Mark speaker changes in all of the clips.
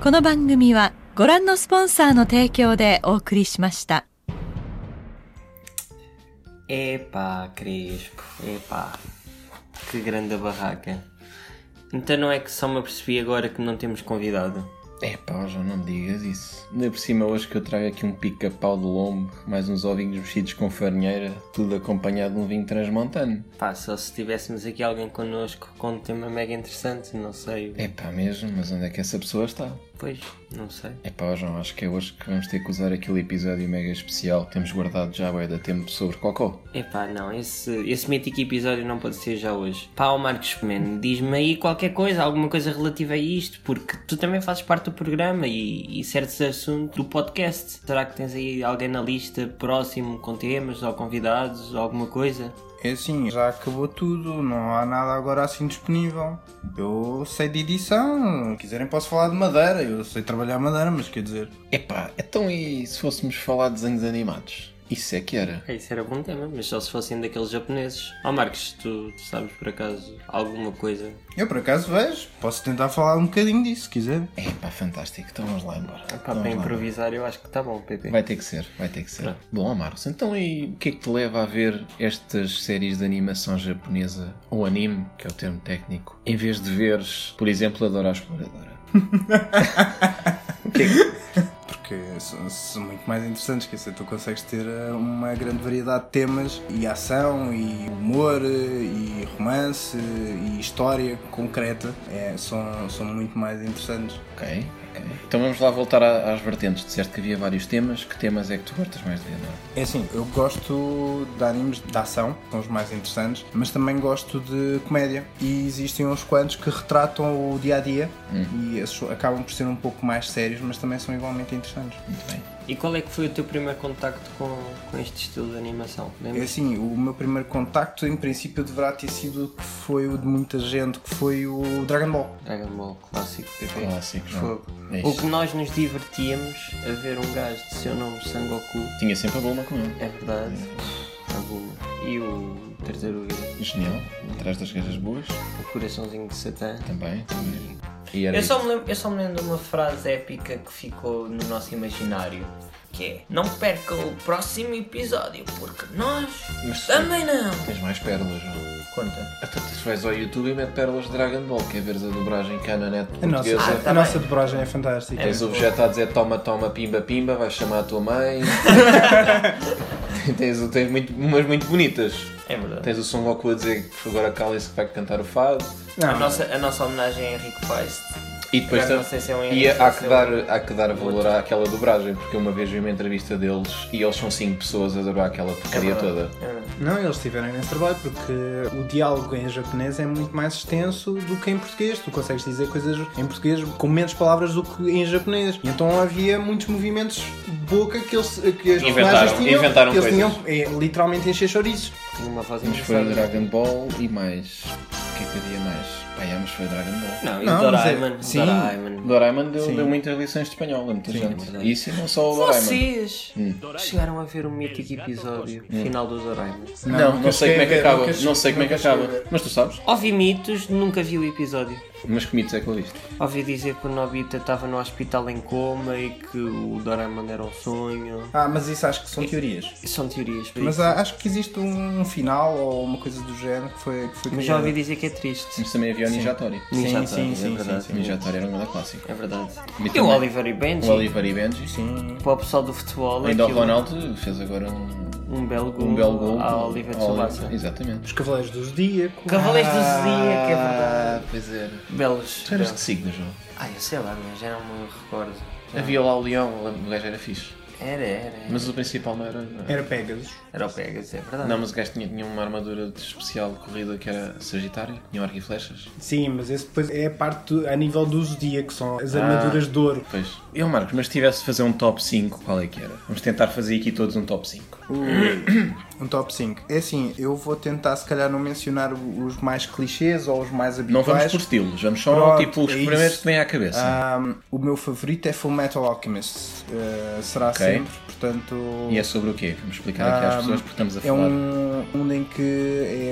Speaker 1: この番組はご覧のスポンサーの提供でお送りしました。
Speaker 2: Epá, Crespo, epá. Que grande barraca. Então não é que só me apercebi agora que não temos convidado.
Speaker 3: Epá, já não digas isso. Ainda por cima hoje que eu trago aqui um pica-pau de lombo, mais uns ovinhos mexidos com farinheira, tudo acompanhado de um vinho transmontano.
Speaker 2: Pá, só se tivéssemos aqui alguém connosco com um tema mega interessante, não sei.
Speaker 3: Epá mesmo, mas onde é que essa pessoa está?
Speaker 2: Pois, não sei.
Speaker 3: Epá João, acho que é hoje que vamos ter que usar aquele episódio mega especial que temos guardado já há da tempo sobre Cocó.
Speaker 2: Epá, não, esse, esse mítico episódio não pode ser já hoje. Pá, ó Marcos Pimeno, diz-me aí qualquer coisa, alguma coisa relativa a isto, porque tu também fazes parte do programa e, e certos assuntos do podcast. Será que tens aí alguém na lista próximo com temas ou convidados ou alguma coisa?
Speaker 4: É assim, já acabou tudo, não há nada agora assim disponível. Eu sei de edição, se quiserem posso falar de madeira, eu sei trabalhar madeira, mas quer dizer.
Speaker 3: Epá, então e se fôssemos falar de desenhos animados? Isso é que era.
Speaker 2: É, Isso era bom tema, mas só se fossem daqueles japoneses. Ó Marcos, tu, tu sabes por acaso alguma coisa?
Speaker 4: Eu por acaso vejo, posso tentar falar um bocadinho disso, se quiser.
Speaker 3: Epá, É fantástico, então vamos lá embora.
Speaker 2: É Pá,
Speaker 3: Vamos
Speaker 2: para
Speaker 3: lá embora.
Speaker 2: improvisar eu acho que está bom, Pepe.
Speaker 3: Vai ter que ser, vai ter que ser. Bom, Marcos, então e o que é que te leva a ver estas séries de animação japonesa, ou anime, que é o termo técnico, em vez de veres, por exemplo, a Dora a Exploradora? O que é que-
Speaker 4: Porque são, são muito mais interessantes, quer dizer, tu consegues ter eh, uma grande variedade de temas, e ação, e humor, eh, e romance, eh, e história concreta, É, são, são muito mais interessantes.
Speaker 3: Ok, ok. Então vamos lá voltar a- às vertentes. Disseste que havia vários temas. Que temas é que tu gostas mais de ver, não é?
Speaker 4: É assim, eu gosto de animes de ação, são os mais interessantes, mas também gosto de comédia. E existem uns quantos que retratam o dia a dia e esses acabam por ser um pouco mais sérios, mas também são igualmente interessantes.
Speaker 3: Muito bem.
Speaker 2: E qual é que foi o teu primeiro contacto com, com este estilo de animação?
Speaker 4: É
Speaker 2: Lembras?
Speaker 4: assim, o meu primeiro contacto em princípio deverá ter sido o que foi o de muita gente, que foi o Dragon Ball.
Speaker 2: Dragon Ball clássico, Pepe.
Speaker 3: Clássico, João.
Speaker 2: Fogo.
Speaker 3: É
Speaker 2: O que
Speaker 3: isso.
Speaker 2: nós nos divertíamos a ver um gajo de seu nome Sangoku,
Speaker 3: Tinha sempre a Bulma com ele.
Speaker 2: é verdade,
Speaker 3: É.
Speaker 2: alguma. E o Tartaruga,
Speaker 3: Genial. Atrás das gajas boas.
Speaker 2: o coraçãozinho de Satã.
Speaker 3: Também, também. E era
Speaker 2: Eu só,
Speaker 3: isso.
Speaker 2: me lembro, eu só me lembro de uma frase épica que ficou no nosso imaginário, que é Não perca o próximo episódio, porque nós
Speaker 3: Mas-
Speaker 2: também não!
Speaker 3: Tens mais pérolas, João.
Speaker 2: Conta.
Speaker 3: Até tu vais ao YouTube e mete pérolas de Dragon Ball, quer veres a dobragem cá na net
Speaker 4: A nossa,
Speaker 3: portuguesa.
Speaker 2: Ah, tá
Speaker 4: a nossa
Speaker 2: bem.
Speaker 4: dobragem é fantástica.
Speaker 3: Tens o objeto a dizer toma, toma, pimba, pimba, vais chamar a tua mãe. tens o- tens muito, umas muito bonitas.
Speaker 2: É verdade.
Speaker 3: Tens o Son Goku a dizer que agora cala-se que vai cantar o fado.
Speaker 4: Não,
Speaker 2: A nossa, a nossa homenagem a Henrique Feist.
Speaker 3: E depois
Speaker 2: Agora
Speaker 3: tam-
Speaker 2: não sei se é um
Speaker 3: e
Speaker 2: erro,
Speaker 3: há
Speaker 2: se
Speaker 3: que,
Speaker 2: é um-
Speaker 3: dar, há que dar valor àquela dobragem, porque uma vez vi uma entrevista deles e eles são cinco pessoas a dobrar aquela porcaria toda.
Speaker 2: É verdade.
Speaker 4: Não, eles tiveram nesse trabalho porque o diálogo em japonês é muito mais extenso do que em português. Tu consegues dizer coisas em português com menos palavras do que em japonês. E Então havia muitos movimentos de boca que, eles, que as
Speaker 3: Inventaram-
Speaker 4: personagens tinham.
Speaker 3: inventaram
Speaker 4: que eles
Speaker 3: coisas.
Speaker 4: tinham é, literalmente encher chouriços.
Speaker 2: Tinha uma voz
Speaker 3: Mas foi o
Speaker 2: engraçada.
Speaker 3: Dragon Ball e mais. O que é que havia mais? Pai, mas foi o Dragon Ball.
Speaker 2: Não, e o
Speaker 4: Não, mas é-
Speaker 2: Doraemon.
Speaker 4: sim.
Speaker 2: Doraemon.
Speaker 3: Doraemon deu,
Speaker 4: Sim.
Speaker 3: deu muitas lições de espanhol a muita gente.
Speaker 2: é verdade.
Speaker 3: Isso e não só o Doraemon.
Speaker 2: Vocês chegaram a ver o mítico episódio final do Doraemon.
Speaker 3: Não, não,
Speaker 4: nunca
Speaker 3: sei como é que
Speaker 4: cheguei a ver,
Speaker 3: acaba.
Speaker 4: nunca
Speaker 3: Não sei como é que
Speaker 4: cheguei a
Speaker 3: acaba.
Speaker 4: ver.
Speaker 3: Mas tu sabes?
Speaker 2: Ouvi mitos, nunca vi o episódio.
Speaker 3: Mas que mitos é que ouviste?
Speaker 2: Ouvi dizer que o Nobita estava no hospital em coma e que o Doraemon era um sonho.
Speaker 4: Ah, mas isso acho que são teorias.
Speaker 2: São teorias.
Speaker 4: Mas há- acho que existe um final ou uma coisa do género que foi. Que foi
Speaker 2: Mas já
Speaker 4: criada.
Speaker 2: ouvi dizer que é triste.
Speaker 3: Mas também havia o Ninjatori.
Speaker 2: Ninjatori,
Speaker 4: sim, sim,
Speaker 2: é verdade.
Speaker 3: O Ninjatori era um grande clássico.
Speaker 2: É verdade.
Speaker 3: E
Speaker 2: E o
Speaker 3: também-
Speaker 2: Oliver e Benji,
Speaker 3: O Oliver e Benji.
Speaker 4: Sim.
Speaker 2: para o pessoal do futebol,
Speaker 3: Ainda o
Speaker 2: aquilo-
Speaker 3: Ronaldo fez agora um,
Speaker 2: um belo gol,
Speaker 3: um belo gol.
Speaker 2: ao Oliver
Speaker 3: ao Oliver-
Speaker 2: Tsubasa.
Speaker 3: Exatamente.
Speaker 4: Os Cavaleiros do Zodíaco.
Speaker 2: Cavaleiros do Zodíaco, é verdade.
Speaker 3: Ah, pois era.
Speaker 2: Belos.
Speaker 3: Tu eras de
Speaker 2: belos.
Speaker 3: signo, João.
Speaker 2: Ah, eu sei lá, mas já não me recordo. Já-
Speaker 3: Havia lá o Leão, o gajo era fixe.
Speaker 2: Era, era.
Speaker 3: Mas o principal não era. não era.
Speaker 4: Era Pegasus.
Speaker 2: Era o Pegasus, é verdade.
Speaker 3: Não, mas o gajo tinha, tinha uma armadura de especial de corrida que era Sagitário, tinha um arco e flechas.
Speaker 4: Sim, mas esse depois é a parte do- a nível do Zodíaco, são
Speaker 3: Ah.
Speaker 4: as armaduras de ouro.
Speaker 3: Pois. Eu, Marcos, mas se tivesse de fazer um top 5, qual é que era? Vamos tentar fazer aqui todos um top 5.
Speaker 4: Um top 5. É assim, eu vou tentar se calhar não mencionar os mais clichês ou os mais
Speaker 3: Não
Speaker 4: habituais.
Speaker 3: vamos por estilos, vamos só
Speaker 4: Pronto,
Speaker 3: tipo os
Speaker 4: é
Speaker 3: primeiros
Speaker 4: isso. Ah,
Speaker 3: que vêm à cabeça.
Speaker 4: Ahm, o meu favorito é Full Metal Alchemist. Eh, será
Speaker 3: Ok.
Speaker 4: sempre, portanto.
Speaker 3: E é sobre o quê? Vamos explicar aqui às
Speaker 4: Ah,
Speaker 3: pessoas porque estamos a
Speaker 4: É
Speaker 3: falar.
Speaker 4: um mundo em que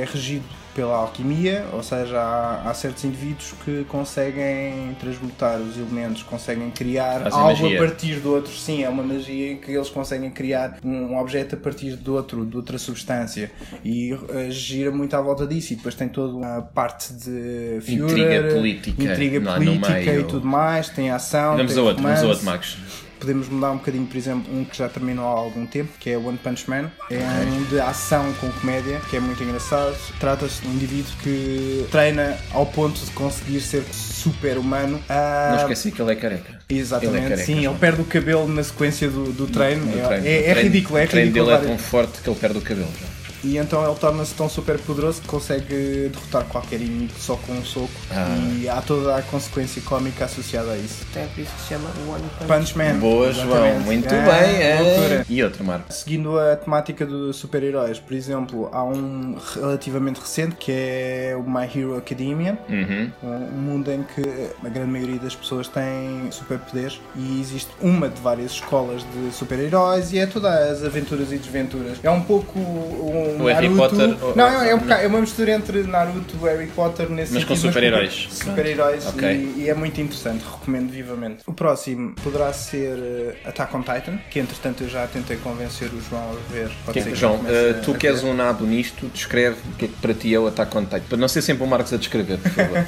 Speaker 4: é regido pela alquimia, ou seja, há, há certos indivíduos que conseguem transmutar os elementos, conseguem criar
Speaker 3: Fazem
Speaker 4: algo
Speaker 3: magia.
Speaker 4: a partir do outro. Sim, é uma magia em que eles conseguem criar um objeto a partir do outro, de outra substância. E eh, gira muito à volta disso. E depois tem toda uma parte de Führer,
Speaker 3: Intriga política,
Speaker 4: intriga
Speaker 3: não há no
Speaker 4: política e
Speaker 3: meio.
Speaker 4: tudo mais. Tem ação,
Speaker 3: Vamos
Speaker 4: tem
Speaker 3: a outro, vamos a
Speaker 4: romance.
Speaker 3: outro, Marcos.
Speaker 4: Podemos mudar um bocadinho, por exemplo, um que já terminou há algum tempo, que é One Punch Man. É um de ação com comédia, que é muito engraçado. Trata-se de um indivíduo que treina ao ponto de conseguir ser super humano. Ah,
Speaker 3: Não esqueci que ele é careca.
Speaker 4: Exatamente,
Speaker 3: Ele é careca,
Speaker 4: sim, ele
Speaker 3: João.
Speaker 4: perde o cabelo na sequência do, do treino.
Speaker 3: Do
Speaker 4: é,
Speaker 3: treino.
Speaker 4: é-
Speaker 3: O
Speaker 4: é
Speaker 3: treino-
Speaker 4: ridículo, é
Speaker 3: O treino
Speaker 4: ridículo.
Speaker 3: dele é
Speaker 4: várias-
Speaker 3: tão forte que ele perde o cabelo. João.
Speaker 4: E então ele torna-se tão super poderoso que consegue derrotar qualquer inimigo só com um soco.
Speaker 3: Ah.
Speaker 4: E há toda a consequência cómica associada a isso.
Speaker 2: É por isso que se chama One Punch
Speaker 4: Punch Man.
Speaker 3: Boa, João.
Speaker 4: É, exatamente.
Speaker 3: Muito
Speaker 4: Ah,
Speaker 3: bem. é.
Speaker 4: loucura.
Speaker 3: E outro, Marcos.
Speaker 4: Seguindo a temática dos super-heróis, por exemplo, há um relativamente recente que é o My Hero Academia,
Speaker 3: Uhum.
Speaker 4: um mundo em que a grande maioria das pessoas tem superpoderes e existe uma de várias escolas de super-heróis e é todas as aventuras e desventuras. É um pouco um
Speaker 3: O Harry
Speaker 4: Naruto-
Speaker 3: Potter, ou-
Speaker 4: Não, é, é um bocado- é uma mistura entre Naruto e Harry Potter nesse
Speaker 3: Mas
Speaker 4: sentido,
Speaker 3: com super-heróis.
Speaker 4: Super-heróis
Speaker 3: Ok.
Speaker 4: e, e é muito interessante, recomendo vivamente. O próximo poderá ser eh, Attack on Titan, que entretanto eu já tentei convencer o João a ver. Pode ser que
Speaker 3: João,
Speaker 4: ele comece
Speaker 3: eh, tu
Speaker 4: a
Speaker 3: que és
Speaker 4: ver.
Speaker 3: um nabo nisto, descreve o que é que para ti é o Attack on Titan. Para não ser sempre o Marcos a descrever, por favor.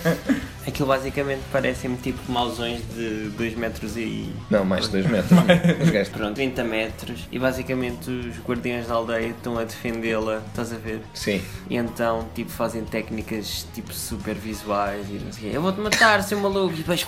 Speaker 2: Aquilo basicamente parecem-me tipo mausões de 2 metros e.
Speaker 3: não, mais de 2 metros. não. Os gajos-
Speaker 2: Pronto, 30 metros e basicamente os guardiões da aldeia estão a defendê-la, estás a ver?
Speaker 3: Sim.
Speaker 2: E então, tipo, fazem técnicas tipo super visuais e não sei o quê. Eu vou-te matar, seu maluco! E depois.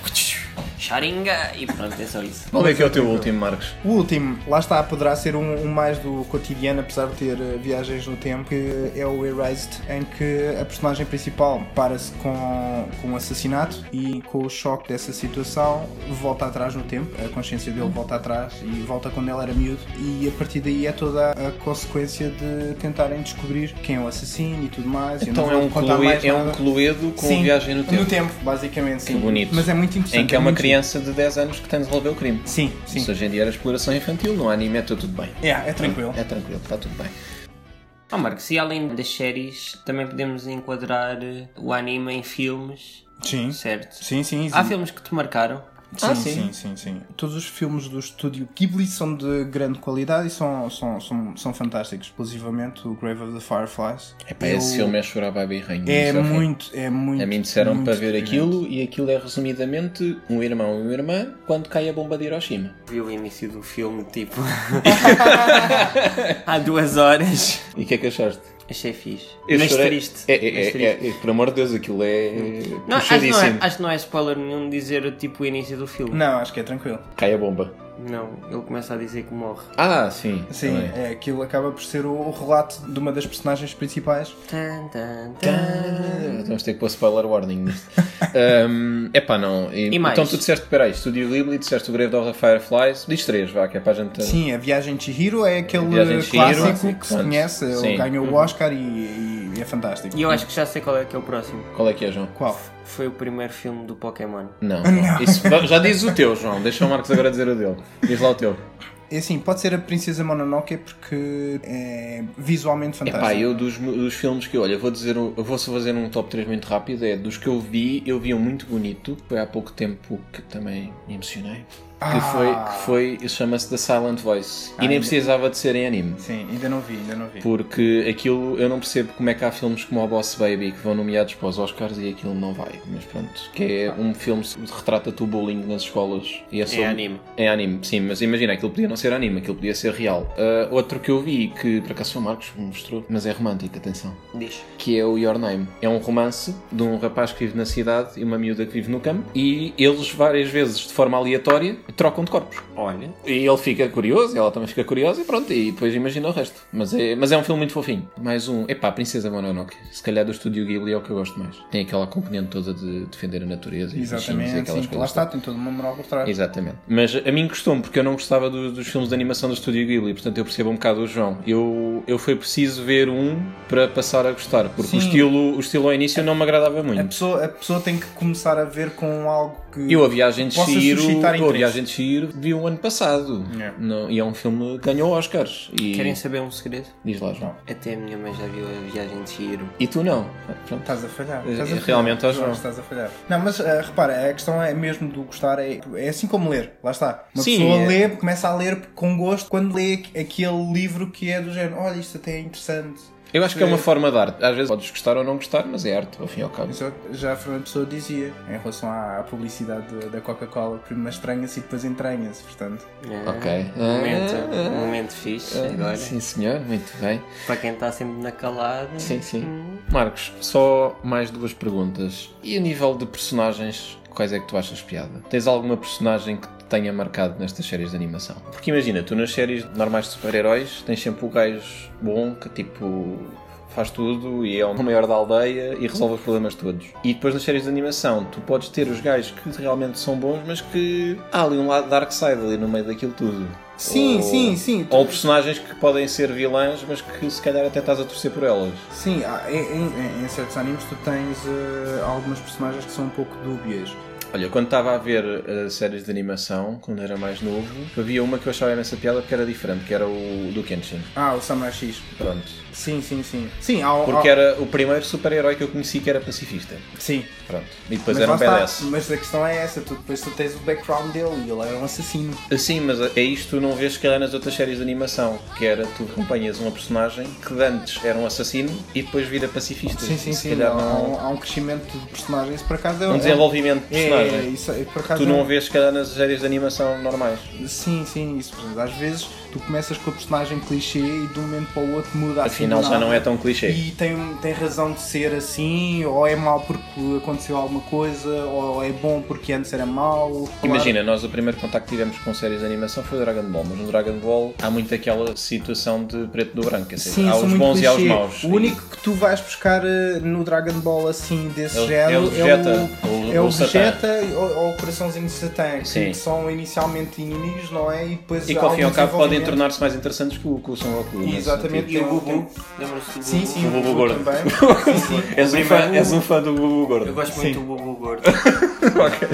Speaker 2: Sharinga! E pronto, é só isso.
Speaker 3: Qual é que é o teu último, Marcos?
Speaker 4: O último, lá está, poderá ser um, um mais do cotidiano, apesar de ter eh, viagens no tempo, que é o Erased, em que a personagem principal para-se com, com um assassinato e com o choque dessa situação volta atrás no tempo, a consciência dele volta atrás e volta quando ele era miúdo e a partir daí é toda a consequência de tentarem descobrir quem é o assassino e tudo mais. Eu
Speaker 3: Então
Speaker 4: não
Speaker 3: é
Speaker 4: vou
Speaker 3: um,
Speaker 4: contar
Speaker 3: clue-
Speaker 4: mais
Speaker 3: é um
Speaker 4: nada.
Speaker 3: cluedo com
Speaker 4: Sim,
Speaker 3: viagem no tempo.
Speaker 4: No tempo, basicamente, sim.
Speaker 3: Que bonito.
Speaker 4: Mas é muito interessante.
Speaker 3: Em que é uma
Speaker 4: muito
Speaker 3: criança de 10 anos que tem de resolver o crime.
Speaker 4: giro. Sim, sim.
Speaker 3: Isso hoje em dia era exploração infantil, no anime é tudo bem.
Speaker 4: Yeah, é tranquilo.
Speaker 3: É tranquilo, está tudo bem.
Speaker 2: Ah, Marcos, e além das séries, também podemos enquadrar eh, o anime em filmes,
Speaker 4: Sim.
Speaker 2: certo?
Speaker 4: Sim, sim,
Speaker 2: Há
Speaker 4: sim.
Speaker 2: filmes que te marcaram?
Speaker 4: Sim,
Speaker 3: Ah, sim.
Speaker 4: sim. sim, sim, Todos os filmes do estúdio Ghibli são de grande qualidade e são, são, são, são fantásticos. Exclusivamente o Grave of the Fireflies.
Speaker 3: Epá,
Speaker 4: Eu-
Speaker 3: Esse filme é chorar baby rainha.
Speaker 4: É
Speaker 3: Isso horrível.
Speaker 4: muito, é muito.
Speaker 3: A mim disseram
Speaker 4: muito
Speaker 3: para ver
Speaker 4: deprimente.
Speaker 3: aquilo e aquilo é resumidamente um irmão e uma irmã quando cai a bomba de Hiroshima.
Speaker 2: Vi o início do filme, tipo. Há duas horas.
Speaker 3: E o que é que achaste?
Speaker 2: Achei fixe.
Speaker 3: Eu
Speaker 2: Mas
Speaker 3: chorei-
Speaker 2: triste.
Speaker 3: É, é,
Speaker 2: Mas
Speaker 3: é,
Speaker 2: triste.
Speaker 3: é, é, por amor de Deus, aquilo é
Speaker 2: Não, acho, que não é,
Speaker 3: puxadíssimo.
Speaker 2: acho que não é spoiler nenhum dizer tipo o início do filme.
Speaker 4: Não, acho que é tranquilo.
Speaker 3: Cai a bomba.
Speaker 2: Não, ele começa a dizer que morre.
Speaker 3: Ah, sim.
Speaker 4: Sim,
Speaker 3: também.
Speaker 4: é, aquilo acaba por ser o, o relato de uma das personagens principais.
Speaker 2: Tan, tan, tan.
Speaker 3: Ah, Vamos ter que pôr spoiler warning nisto. um, epá, não. E,
Speaker 2: E mais?
Speaker 3: Então tu disseste, peraí, Studio Ghibli, disseste o Grave of the Fireflies, diz três, vá, que é para a gente...
Speaker 4: Sim, a Viagem de Chihiro é aquele
Speaker 3: Viagem de Chihiro,
Speaker 4: clássico
Speaker 3: clássico,
Speaker 4: que se
Speaker 3: pronto.
Speaker 4: conhece.
Speaker 3: Sim. Uhum.
Speaker 4: Ele ganhou o Oscar e, e é fantástico.
Speaker 2: E eu acho que já sei qual é que é o próximo.
Speaker 3: Qual é que é, João?
Speaker 4: Qual?
Speaker 2: Foi o primeiro filme do Pokémon.
Speaker 3: Não, Isso, já diz o teu, João. Deixa o Marcos agora dizer o dele. Diz lá o teu.
Speaker 4: É assim, pode ser a Princesa Mononoke porque é visualmente fantástico.
Speaker 3: Epá, eu dos, dos filmes que eu olho, eu vou dizer, eu vou só fazer um top 3 muito rápido, é dos que eu vi, eu vi um muito bonito, foi há pouco tempo que também me emocionei, que
Speaker 4: Ah.
Speaker 3: foi, que foi chama-se The Silent Voice, e nem
Speaker 4: ainda-
Speaker 3: precisava de ser em anime.
Speaker 4: Sim, ainda não vi, ainda não vi.
Speaker 3: Porque aquilo, eu não percebo como é que há filmes como o Boss Baby que vão nomeados para os Oscars e aquilo não vai. Mas pronto, que é um filme que retrata-te o bullying nas escolas. E é sobre-
Speaker 2: anime.
Speaker 3: É anime, sim, mas imagina, aquilo podia não ser anime, aquilo podia ser real. Ah, outro que eu vi, que por acaso foi o Marcos que me mostrou, mas é romântico, atenção.
Speaker 2: Diz.
Speaker 3: Que é o Your Name. É um romance de um rapaz que vive na cidade e uma miúda que vive no campo. E eles, várias vezes, de forma aleatória, trocam de corpos.
Speaker 2: Olha.
Speaker 3: E ele fica curioso, ela também fica curiosa e pronto, e depois imagina o resto. Mas é, mas é um filme muito fofinho. Mais um. Epá, Princesa Mononoke. Se calhar do estúdio Ghibli é o que eu gosto mais. Tem aquela componente toda de defender a natureza e os bichinhos e
Speaker 4: Exatamente,
Speaker 3: é aquelas
Speaker 4: sim, lá
Speaker 3: coisas.
Speaker 4: está, tem toda uma moral por trás.
Speaker 3: Exatamente. Mas a mim custou porque eu não gostava do- dos filmes de animação do Estúdio Ghibli, portanto eu percebo um bocado o João. Eu, eu foi preciso ver um para passar a gostar, porque o
Speaker 4: Sim.
Speaker 3: estilo, o estilo ao início não me agradava
Speaker 4: A
Speaker 3: muito.
Speaker 4: pessoa, a pessoa tem que começar a ver com algo que.
Speaker 3: Eu a viagem de
Speaker 4: Possa
Speaker 3: Shiro,
Speaker 4: suscitar
Speaker 3: eu a
Speaker 4: interesse.
Speaker 3: gente giro viu o ano passado.
Speaker 4: Yeah.
Speaker 3: Não, e é um filme que ganhou Oscars. E...
Speaker 2: Querem saber um segredo?
Speaker 3: Diz lá, João.
Speaker 2: Até a minha mãe já viu a viagem de Chihiro.
Speaker 3: E tu não. Pronto.
Speaker 4: Estás a falhar.
Speaker 3: É,
Speaker 4: Estás a falhar.
Speaker 3: realmente acho
Speaker 4: Jorge,
Speaker 3: não.
Speaker 4: Estás a falhar. Não, mas ah, repara, a questão é mesmo do gostar, é, é assim como ler, lá está. Uma
Speaker 3: Sim,
Speaker 4: pessoa
Speaker 3: é.
Speaker 4: lê, começa a ler com gosto quando lê aqu- aquele livro que é do género, olha, isto até é interessante.
Speaker 3: Eu acho que é uma forma de arte. Às vezes podes gostar ou não gostar, mas é arte, ao fim e ao cabo.
Speaker 4: Isso é o que já a Fernanda Pessoa dizia em relação à, à publicidade da- da Coca-Cola, primeiro estranha-se e depois entranha-se, portanto.
Speaker 2: Ah,
Speaker 3: Ok.
Speaker 2: Momento, um
Speaker 3: Ah, ah,
Speaker 2: momento fixe
Speaker 3: ah,
Speaker 2: agora.
Speaker 3: Sim, senhor. Muito bem.
Speaker 2: Para quem está sempre na calada.
Speaker 3: Sim, sim.
Speaker 4: Uhum.
Speaker 2: Hum.
Speaker 3: Marcos, só mais duas perguntas. E a nível de personagens, quais é que tu achas piada? Tens alguma personagem que te tenha marcado nestas séries de animação? Porque imagina, tu nas séries normais de super-heróis tens sempre o gajo bom que tipo faz tudo e é o maior da aldeia e resolve os problemas todos. E depois nas séries de animação tu podes ter os gajos que realmente são bons, mas que há ali um lado dark side ali no meio daquilo tudo.
Speaker 4: Sim,
Speaker 3: Ou-
Speaker 4: sim, sim.
Speaker 3: Ou personagens que podem ser vilãs, mas que se calhar até estás a torcer por elas.
Speaker 4: Sim, há- em, em- em certos animes tu tens eh, algumas personagens que são um pouco dúbias.
Speaker 3: Olha, quando estava a ver eh, séries de animação, quando era mais novo, havia uma que eu achava imensa piada porque era diferente, que era o do Kenshin.
Speaker 4: Ah, o Samurai X.
Speaker 3: Pronto.
Speaker 4: Sim, sim, sim. Sim, há,
Speaker 3: Porque é-
Speaker 4: há-
Speaker 3: era o primeiro super-herói que eu conheci que era pacifista.
Speaker 4: Sim.
Speaker 3: Pronto. E depois era
Speaker 4: lá
Speaker 3: um
Speaker 4: está,
Speaker 3: badass.
Speaker 4: mas a questão é essa, tu, depois tu tens o background dele e ele era um assassino.
Speaker 3: Sim, mas é isto tu não vês se calhar nas outras séries de animação, que era tu acompanhas uma personagem que de antes era um assassino e depois vira pacifista.
Speaker 4: Sim, sim,
Speaker 3: se
Speaker 4: sim.
Speaker 3: calhar
Speaker 4: há,
Speaker 3: não,
Speaker 4: um- há um crescimento de personagem, isso por acaso é
Speaker 3: um
Speaker 4: é-
Speaker 3: desenvolvimento de
Speaker 4: É,
Speaker 3: personagem.
Speaker 4: é, isso é- por acaso
Speaker 3: Tu
Speaker 4: é-
Speaker 3: não vês se calhar nas séries de animação normais.
Speaker 4: Sim, sim, isso. Por exemplo, às vezes tu começas com a personagem clichê e de um momento para o outro muda assim
Speaker 3: Afinal
Speaker 4: do
Speaker 3: já
Speaker 4: nada.
Speaker 3: não é tão clichê.
Speaker 4: E tem, tem razão de ser assim, ou é mau porque aconteceu alguma coisa, ou é bom porque antes era mau. Claro.
Speaker 3: Imagina, nós o primeiro contacto que tivemos com séries de animação foi o Dragon Ball, mas no Dragon Ball há muito aquela situação de preto do branco, quer dizer,
Speaker 4: Sim,
Speaker 3: há
Speaker 4: são
Speaker 3: os
Speaker 4: muito
Speaker 3: bons e há os
Speaker 4: clichê.
Speaker 3: maus.
Speaker 4: O único que tu vais buscar eh, no Dragon Ball assim desse
Speaker 3: É o- é
Speaker 4: género
Speaker 3: o Vegeta,
Speaker 4: o,
Speaker 3: o-
Speaker 4: é o
Speaker 3: o Satã.
Speaker 4: Vegeta ou, ou o coraçãozinho de Satã, que
Speaker 3: Sim.
Speaker 4: são inicialmente inimigos, não é? E depois
Speaker 3: E
Speaker 4: há
Speaker 3: que ao fim e ao
Speaker 4: algum
Speaker 3: cabo podem
Speaker 4: desenvolvimento.
Speaker 3: tornar-se mais interessantes que o, que o Son Goku. não é?
Speaker 4: Exatamente.
Speaker 2: E o
Speaker 4: Tem um-
Speaker 2: Bubu? Lembras-te do
Speaker 4: Sim,
Speaker 2: Bubu?
Speaker 4: sim,
Speaker 3: O Bubu gordo.
Speaker 4: também. Sim, sim.
Speaker 3: És um, fã, és um fã do Bubu
Speaker 2: Eu
Speaker 3: Gordo.
Speaker 2: gosto muito do Bubu Gordo.
Speaker 3: Ok.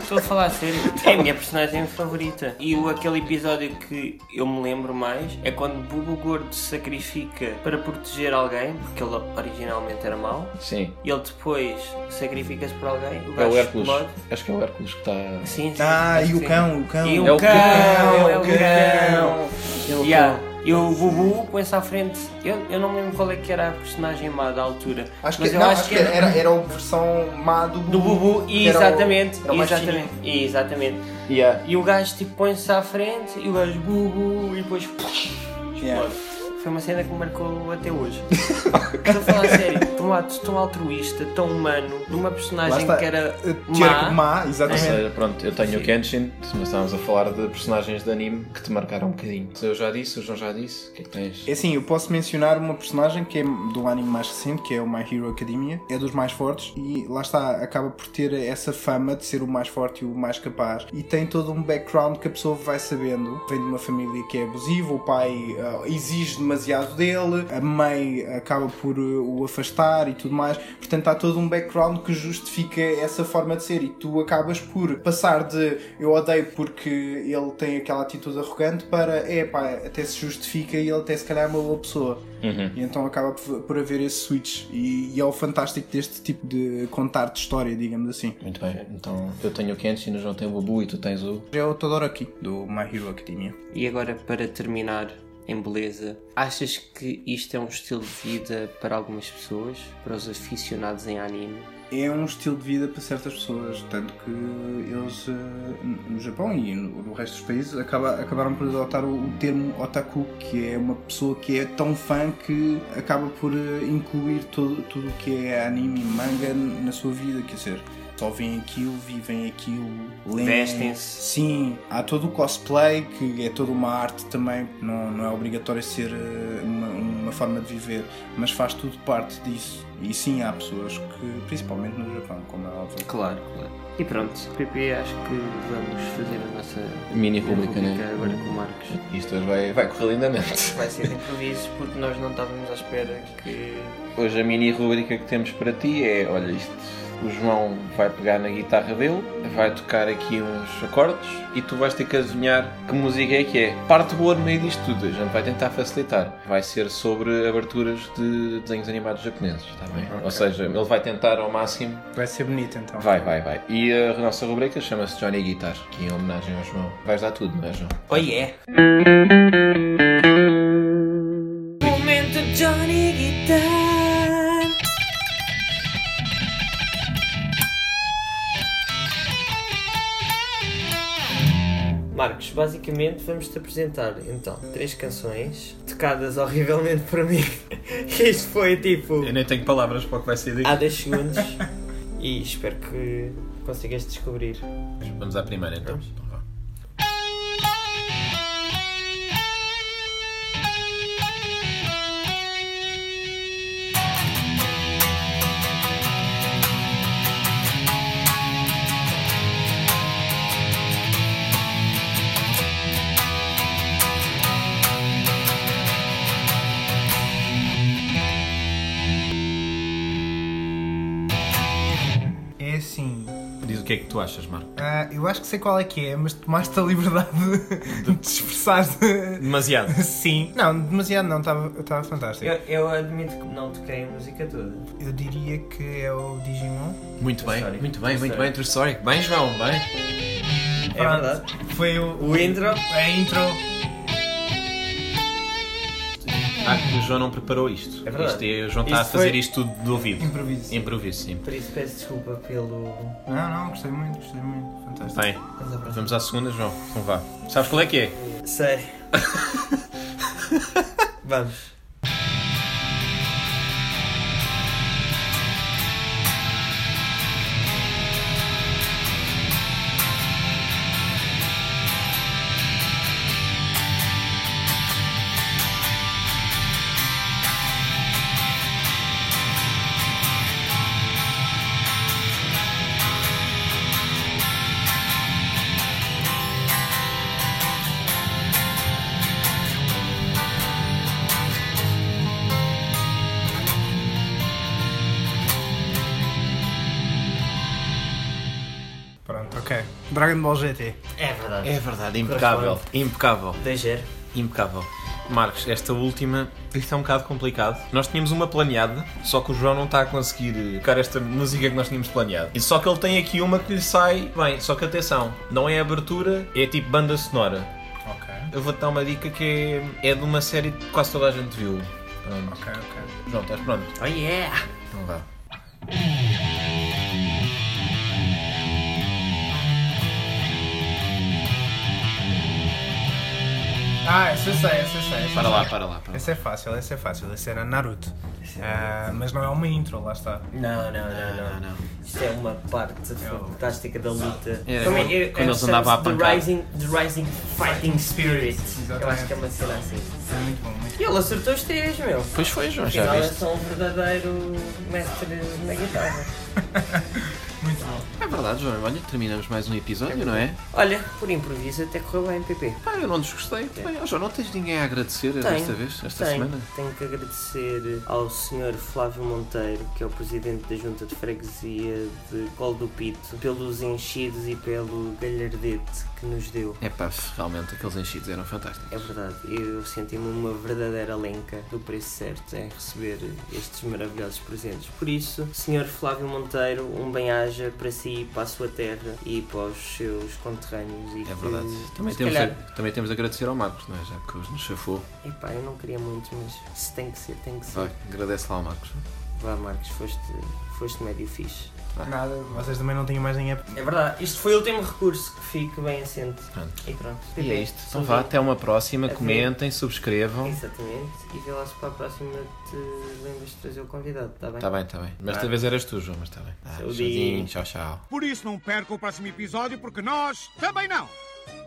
Speaker 2: Estou a falar a sério. É a minha personagem favorita. E o, aquele episódio que eu me lembro mais é quando Bubu Gordo se sacrifica para proteger alguém, porque ele originalmente era mau.
Speaker 3: Sim.
Speaker 2: E ele depois sacrifica-se por alguém. O
Speaker 3: É
Speaker 2: gajo
Speaker 3: o Hércules.
Speaker 2: explode.
Speaker 3: Acho que é o Hércules que está.
Speaker 2: Sim, sim.
Speaker 4: Ah, e
Speaker 2: sim.
Speaker 4: o cão, o cão.
Speaker 2: assim, né? E o
Speaker 3: É o
Speaker 2: cão,
Speaker 3: cão,
Speaker 2: é o cão.
Speaker 4: É o
Speaker 2: Yeah.
Speaker 4: cão.
Speaker 2: E o Bubu põe-se à frente. Eu, eu não me lembro qual é que era a personagem má da altura.
Speaker 4: Acho que,
Speaker 2: mas eu
Speaker 4: não,
Speaker 2: acho, que era,
Speaker 4: era, era a versão má do Bubu.
Speaker 2: do Bubu.
Speaker 4: que
Speaker 2: E
Speaker 4: era o-
Speaker 2: exatamente.
Speaker 4: era o mais
Speaker 2: exatamente.
Speaker 4: fininho.
Speaker 2: E exatamente.
Speaker 3: Yeah.
Speaker 2: E o gajo tipo põe-se à frente e o gajo Bubu e depois. explode.
Speaker 4: Yeah.
Speaker 2: Foi uma cena que me marcou até hoje. Estou a falar a sério. Tão, ato- tão altruísta, tão humano, numa
Speaker 4: Lá
Speaker 2: personagem
Speaker 4: está.
Speaker 2: que era
Speaker 4: eh,
Speaker 2: má.
Speaker 4: Tiago má,
Speaker 3: Ou
Speaker 4: exatamente.
Speaker 3: seja, pronto, eu tenho o Kenshin, mas estávamos a falar de personagens de anime que te marcaram um bocadinho. Eu já disse, o João já disse, o que é que tens?
Speaker 4: É assim, eu posso mencionar uma personagem que é do anime mais recente, que é o My Hero Academia. É dos mais fortes e lá está, acaba por ter essa fama de ser o mais forte e o mais capaz. E tem todo um background que a pessoa vai sabendo. Vem de uma família que é abusiva, o pai ah, exige demasiado dele, a mãe acaba por ah, o afastar e tudo mais. Portanto, há todo um background que justifica essa forma de ser e tu acabas por passar de eu odeio porque ele tem aquela atitude arrogante para é pá, até se justifica e ele até se calhar é uma boa pessoa. E então acaba por por haver esse switch e, e é o fantástico deste tipo de contar de história, digamos assim.
Speaker 3: Muito bem, então eu tenho o Kenshin, o João tem o Bubu e tu tens o.
Speaker 4: É o Todoroki do My Hero Academia.
Speaker 2: E agora, para terminar em beleza, achas que isto é um estilo de vida para algumas pessoas, para os aficionados em anime?
Speaker 4: é um estilo de vida para certas pessoas, tanto que eles eh, no Japão e no no resto dos países acaba- acabaram por adotar o, o termo otaku, que é uma pessoa que é tão fã que acaba por eh, incluir todo- tudo o que é anime e manga n- na sua vida, quer dizer, só veem aquilo, vivem aquilo, leem.
Speaker 2: Vestem-se.
Speaker 4: Sim, há todo o cosplay, que é toda uma arte também, não, não é obrigatório ser eh, uma, uma forma de viver, mas faz tudo parte disso. E sim, há pessoas que, principalmente no Japão, como é óbvio.
Speaker 2: Claro, claro. E pronto, PP, acho que vamos fazer a nossa
Speaker 3: Mini rubrica, né?
Speaker 2: agora com o Marcos.
Speaker 3: Isto hoje vai, vai correr lindamente.
Speaker 2: Vai ser de improviso porque nós não estávamos à espera que.
Speaker 3: Hoje a mini rubrica que temos para ti é: olha, isto. O João vai vai pegar na guitarra dele, vai tocar aqui uns acordes e tu vais ter que adivinhar que música é que é. Parte boa no meio disto tudo, a gente vai tentar facilitar. Vai ser sobre aberturas de desenhos animados japoneses, está bem? Ou seja, ele vai tentar ao máximo.
Speaker 5: Vai ser bonito então.
Speaker 3: Vai, vai, vai. E a nossa rubrica chama-se Johnny Guitar, que em homenagem ao João. Vais dar tudo, não é, João?
Speaker 6: Oh yeah! Momento Johnny Guitar. Marcos, basicamente vamos-te apresentar então três canções tocadas horrivelmente por mim. Isto foi tipo
Speaker 2: Eu nem tenho palavras para o que vai sair
Speaker 6: há
Speaker 3: Ah.
Speaker 2: daqui.
Speaker 6: 10 segundos e espero que consigas descobrir.
Speaker 2: Vamos à primeira então.
Speaker 5: É assim.
Speaker 2: Diz o que é que tu achas, Marco.
Speaker 5: ah, eu acho que sei qual é que é, mas tomaste a liberdade de te expressar.
Speaker 2: Demasiado.
Speaker 5: Sim. É. Não, demasiado não, estava fantástico.
Speaker 6: Eu, eu admito que não toquei a música toda.
Speaker 5: Eu diria que é o Digimon.
Speaker 3: Muito
Speaker 6: bem, Story. muito bem, muito Story. bem,
Speaker 3: True Story. Bem, João, bem.
Speaker 6: É verdade.
Speaker 5: Foi o,
Speaker 6: O intro.
Speaker 5: a intro.
Speaker 2: Acho que o João não preparou isto.
Speaker 6: É verdade.
Speaker 2: Isto é- o João está a
Speaker 5: Isto foi-
Speaker 2: fazer isto tudo de ouvido.
Speaker 5: Improviso.
Speaker 2: Improviso, sim.
Speaker 6: Por isso peço desculpa pelo.
Speaker 5: Não, não, gostei muito, gostei muito. Fantástico.
Speaker 2: Bem,
Speaker 6: Vamos à próxima.
Speaker 2: vamos à segunda, João. Então vá. Sabes qual é que é?
Speaker 6: Sei. vamos.
Speaker 5: Pronto, ok. Dragon Ball GT.
Speaker 6: É verdade.
Speaker 2: É verdade, impecável. Impecável.
Speaker 6: 2-0.
Speaker 2: Impecável. Marcos, esta última, isto é um bocado complicado. Nós tínhamos uma planeada, só que o João não está a conseguir tocar esta música que nós tínhamos planeado. E só que ele tem aqui uma que lhe sai bem, só que atenção, não é abertura, é tipo banda sonora.
Speaker 5: Ok.
Speaker 2: Eu vou-te dar uma dica que é, é de uma série que quase toda a gente viu. Pronto.
Speaker 5: Ok, ok.
Speaker 2: João, estás pronto?
Speaker 6: Oh yeah!
Speaker 2: Então vá.
Speaker 5: Ah, essa eu sei, essa eu sei. essa eu
Speaker 2: Para lá,
Speaker 5: sei.
Speaker 2: para lá, para lá.
Speaker 5: Essa é fácil, essa é fácil. Essa era Naruto. Ah, mas não é uma intro, lá está.
Speaker 6: Não, não,
Speaker 2: Ah,
Speaker 6: não, não. Isto é uma parte fantástica da luta.
Speaker 2: É,
Speaker 6: Como
Speaker 2: quando-
Speaker 6: é-
Speaker 2: quando
Speaker 6: é-
Speaker 2: eles
Speaker 6: chama-se
Speaker 2: andavam à
Speaker 6: The
Speaker 2: pancada.
Speaker 6: Rising, The Rising Fighting Spirit. Eu acho que é uma cena assim.
Speaker 5: É muito bom, muito
Speaker 6: E ele acertou os três, meu.
Speaker 2: Pois foi, João, já
Speaker 6: Afinal, é
Speaker 2: viste.
Speaker 6: só um verdadeiro mestre na guitarra.
Speaker 5: bom. Muito bom.
Speaker 3: É verdade, João. Olha, terminamos mais um episódio, não é?
Speaker 6: Olha, por improviso até correu bem, PP.
Speaker 3: Pá, eu não desgostei. Bem, ó, João, não tens ninguém a agradecer desta vez, esta
Speaker 6: tenho,
Speaker 3: semana?
Speaker 6: Tenho que agradecer ao Sr. Flávio Monteiro, que é o presidente da Junta de Freguesia de Col do Pito, pelos enchidos e pelo galhardete que nos deu.
Speaker 3: É pá, realmente aqueles enchidos eram fantásticos.
Speaker 6: É verdade, eu senti-me uma verdadeira lenca do preço certo em receber estes maravilhosos presentes. Por isso, Sr. Flávio Monteiro, um bem-aja para si, para a sua terra e para os seus conterrâneos. E
Speaker 3: É verdade.
Speaker 6: Que,
Speaker 3: Também
Speaker 6: se
Speaker 3: temos,
Speaker 6: calhar,
Speaker 3: de, também temos de agradecer ao Marcos, não é? Já que hoje nos chafou.
Speaker 6: Epá, eu não queria muito, mas se tem que ser, tem que ser.
Speaker 3: Vai, agradece lá ao Marcos.
Speaker 6: Vá, Marcos, foste, foste médio fixe.
Speaker 5: Nada, vocês também não tinham mais ninguém.
Speaker 6: É verdade, isto foi o último recurso que fique bem assente.
Speaker 3: Pronto.
Speaker 6: E pronto.
Speaker 3: E é isto. Então vá, até uma próxima.
Speaker 6: Adeus.
Speaker 3: Comentem, subscrevam.
Speaker 6: Exatamente. E vê lá se para a próxima te lembras de trazer o convidado, está bem?
Speaker 3: Está Tá bem, está bem. Mas esta vez eras tu, João, mas está bem. Ah,
Speaker 6: Saudinho.
Speaker 3: tchauzinho, tchau, tchau.
Speaker 7: Por isso não perca o próximo episódio, porque nós também não.